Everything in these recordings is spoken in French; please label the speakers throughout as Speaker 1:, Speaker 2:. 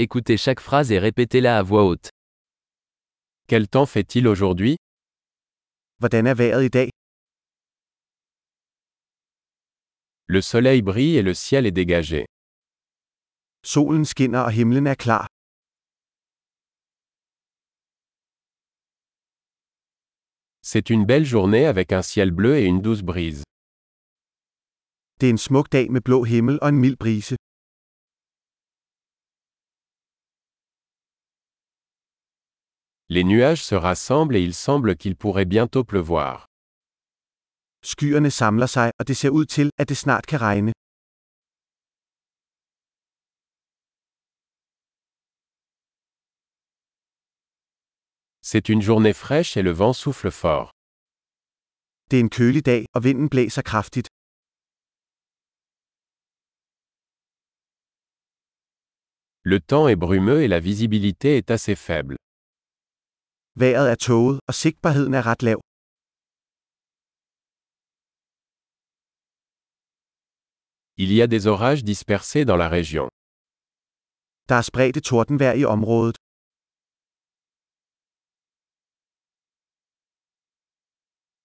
Speaker 1: Écoutez chaque phrase et répétez-la à voix haute. Quel temps fait-il aujourd'hui
Speaker 2: Hvordan er vejret i dag?
Speaker 1: Le soleil brille et le ciel est dégagé.
Speaker 2: Solen skinner og himlen er klar.
Speaker 1: C'est une belle journée avec un ciel bleu et une douce brise.
Speaker 2: Det er en smuk dag med blå himmel og en mild brise.
Speaker 1: Les nuages se rassemblent et il semble qu'il pourrait bientôt pleuvoir.
Speaker 2: Skyerne samler sig, og det ser ud til, at det snart kan regne.
Speaker 1: C'est une journée fraîche et le vent souffle fort.
Speaker 2: Det er en kølig dag, og vinden blæser kraftigt.
Speaker 1: Le temps est brumeux et la visibilité est assez faible.
Speaker 2: Vejret er tåget, og sigtbarheden er ret lav.
Speaker 1: Il y a des orages dispersés dans la région.
Speaker 2: Der er spredte tordenvejr i området.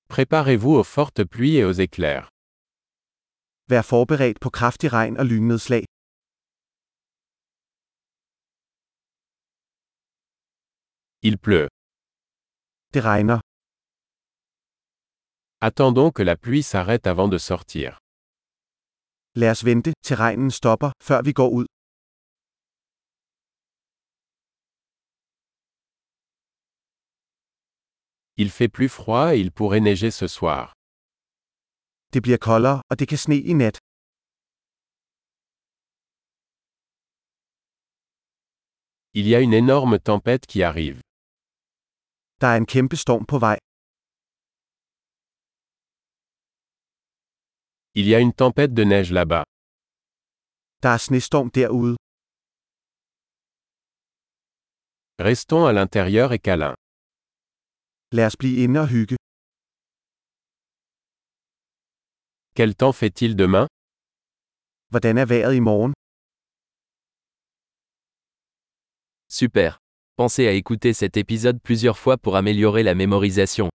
Speaker 1: Préparez-vous aux fortes pluies et aux éclairs.
Speaker 2: Vær forberedt på kraftig regn og lynnedslag.
Speaker 1: Il pleut.
Speaker 2: Det regner.
Speaker 1: Attendons que la pluie s'arrête avant de sortir.
Speaker 2: Lad os vente, til regnen stopper, før vi går ud.
Speaker 1: Il fait plus froid et il pourrait neiger ce soir.
Speaker 2: Det bliver koldere, og det kan sne i nat.
Speaker 1: Il y a une énorme tempête qui arrive.
Speaker 2: Der er en kæmpe storm på vej.
Speaker 1: Il y a une tempête de neige là-bas.
Speaker 2: Der er snestorm derude.
Speaker 1: Restons à l'intérieur et câlin.
Speaker 2: Lad os blive inde og hygge.
Speaker 1: Quel temps fait-il demain
Speaker 2: Hvordan er vejret i morgen?
Speaker 1: Super. Pensez à écouter cet épisode plusieurs fois pour améliorer la mémorisation.